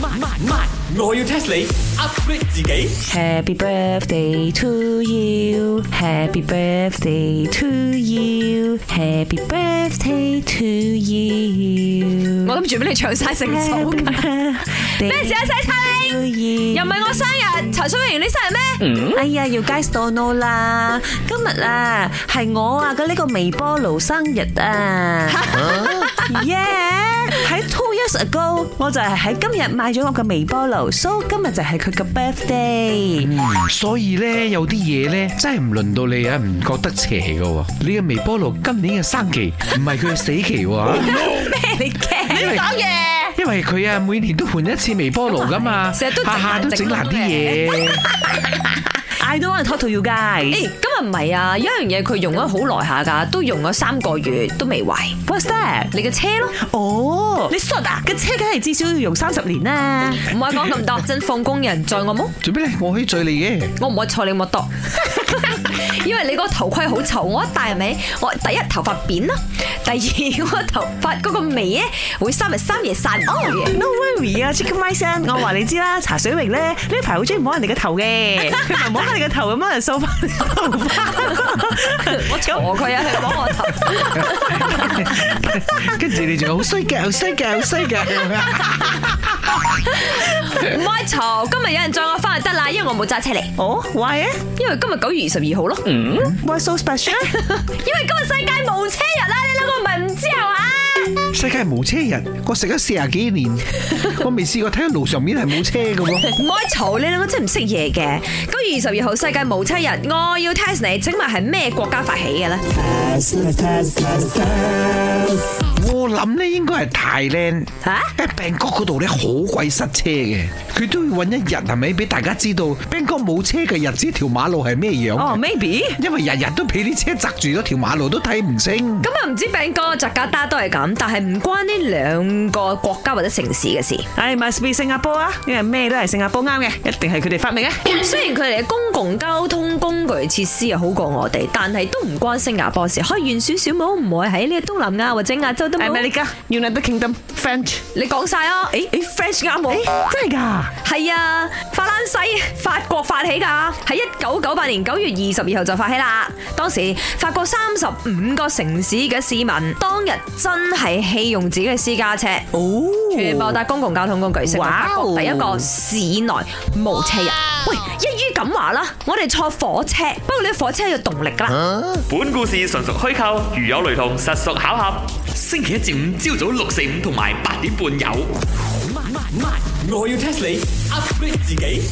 慢慢慢，我要 test 你 upgrade 自己。 Happy birthday to you. Happy birthday to you. Happy birthday to you. 我諗住俾你唱 晒成首㗎。咩事啊，細？To 燦？又 you. Ừ. 唔係我生日，陳蘇盈你生日 咩？哎呀，要 guys don't know 啦！今日啊，係我啊嘅呢個微波爐生日啊！Yeah，喺 two years ago，我就係喺今日買咗我嘅微波爐，so 今日就係佢嘅 birthday。所以咧，有啲嘢咧，真係唔輪到你啊，唔覺得邪噶。你嘅微波爐今年嘅生期，唔係佢嘅死 期喎。你驚？因為講嘢，因為佢啊，每年都換一次微波爐噶 嘛，成日都整下爛下都整爛啲嘢。 I don't want to talk to you guys. 誒今日唔係啊，有一樣嘢佢用咗好耐下㗎，都用咗三個月都未壞， What's that？你嘅車咯。哦，你 short 啊？嘅車梗係至少要用三十年啦。唔好講咁多，真放工人載我冇，做咩咧？我可以罪你嘅。我唔可以坐你冇 多，因為你個頭盔好臭，我一戴係咪？我第一頭髮扁啦，第二我頭髮嗰個味咧會三日三夜散唔到嘅。 No worry 啊，Chicken Rice 啊我話你知啦，茶水榮咧呢排好中意摸人哋嘅頭嘅，佢咪摸下你嘅頭咁樣嚟掃翻你個頭髮。我坐佢啊，佢摸我頭。 跟住你仲好衰嘅，好衰嘅，好衰嘅。唔可以嘈，今日有人載我翻就得啦，因為我冇揸車嚟，哦，why Oh, 啊因為今日九月二十二號咯，因？Why so special？為今日世界無車日啦，你兩個唔係唔知啊係嘛？世界無車人，我食咗四廿幾年，我未試過睇到路上面係冇車 嘅喎。唔可以嘈，你兩個真係唔識嘢嘅。九月二十二號世界無車日，我要 test 你，請問係咩國家發起嘅咧？我諗咧應該係泰靚。吓？喺病角嗰度咧好鬼塞車嘅，佢都要揾一日係咪俾大家知道病角冇車嘅日子條馬路係咩樣？哦，maybe。Oh, 因為日日都俾啲車砸住咗條馬路都睇唔清。咁啊，唔知餅哥、扎加達都係咁，但係唔關呢兩個國家或者城市嘅事。 I must be 新加坡啊，因為咩都係新加坡啱嘅，一定係佢哋發明嘅。雖然佢哋嘅公共交通工具設施啊好過我哋，但係都唔關新加坡事，可以遠少少冇，唔會喺呢個東南亞或者亞洲都冇。 America、United Kingdom、French，你講晒啊！誒誒，French 啱喎，真係㗎？係啊，法蘭西法國發起㗎，喺一九九八年九月二十二號就發起啦。當時法國三十五個城市嘅市民當日真係棄用自己嘅私家車，哦，全部搭公共交通工具，成為法國哇哦第一個市內無車人。喂，一於咁話啦，我哋坐火車，不過你火車要動力㗎啦。本故事純屬虛構，如有雷同，實屬巧合。星期一至五朝早六四五同埋八點半有。慢慢慢，我要 test 你 upgrade 自己。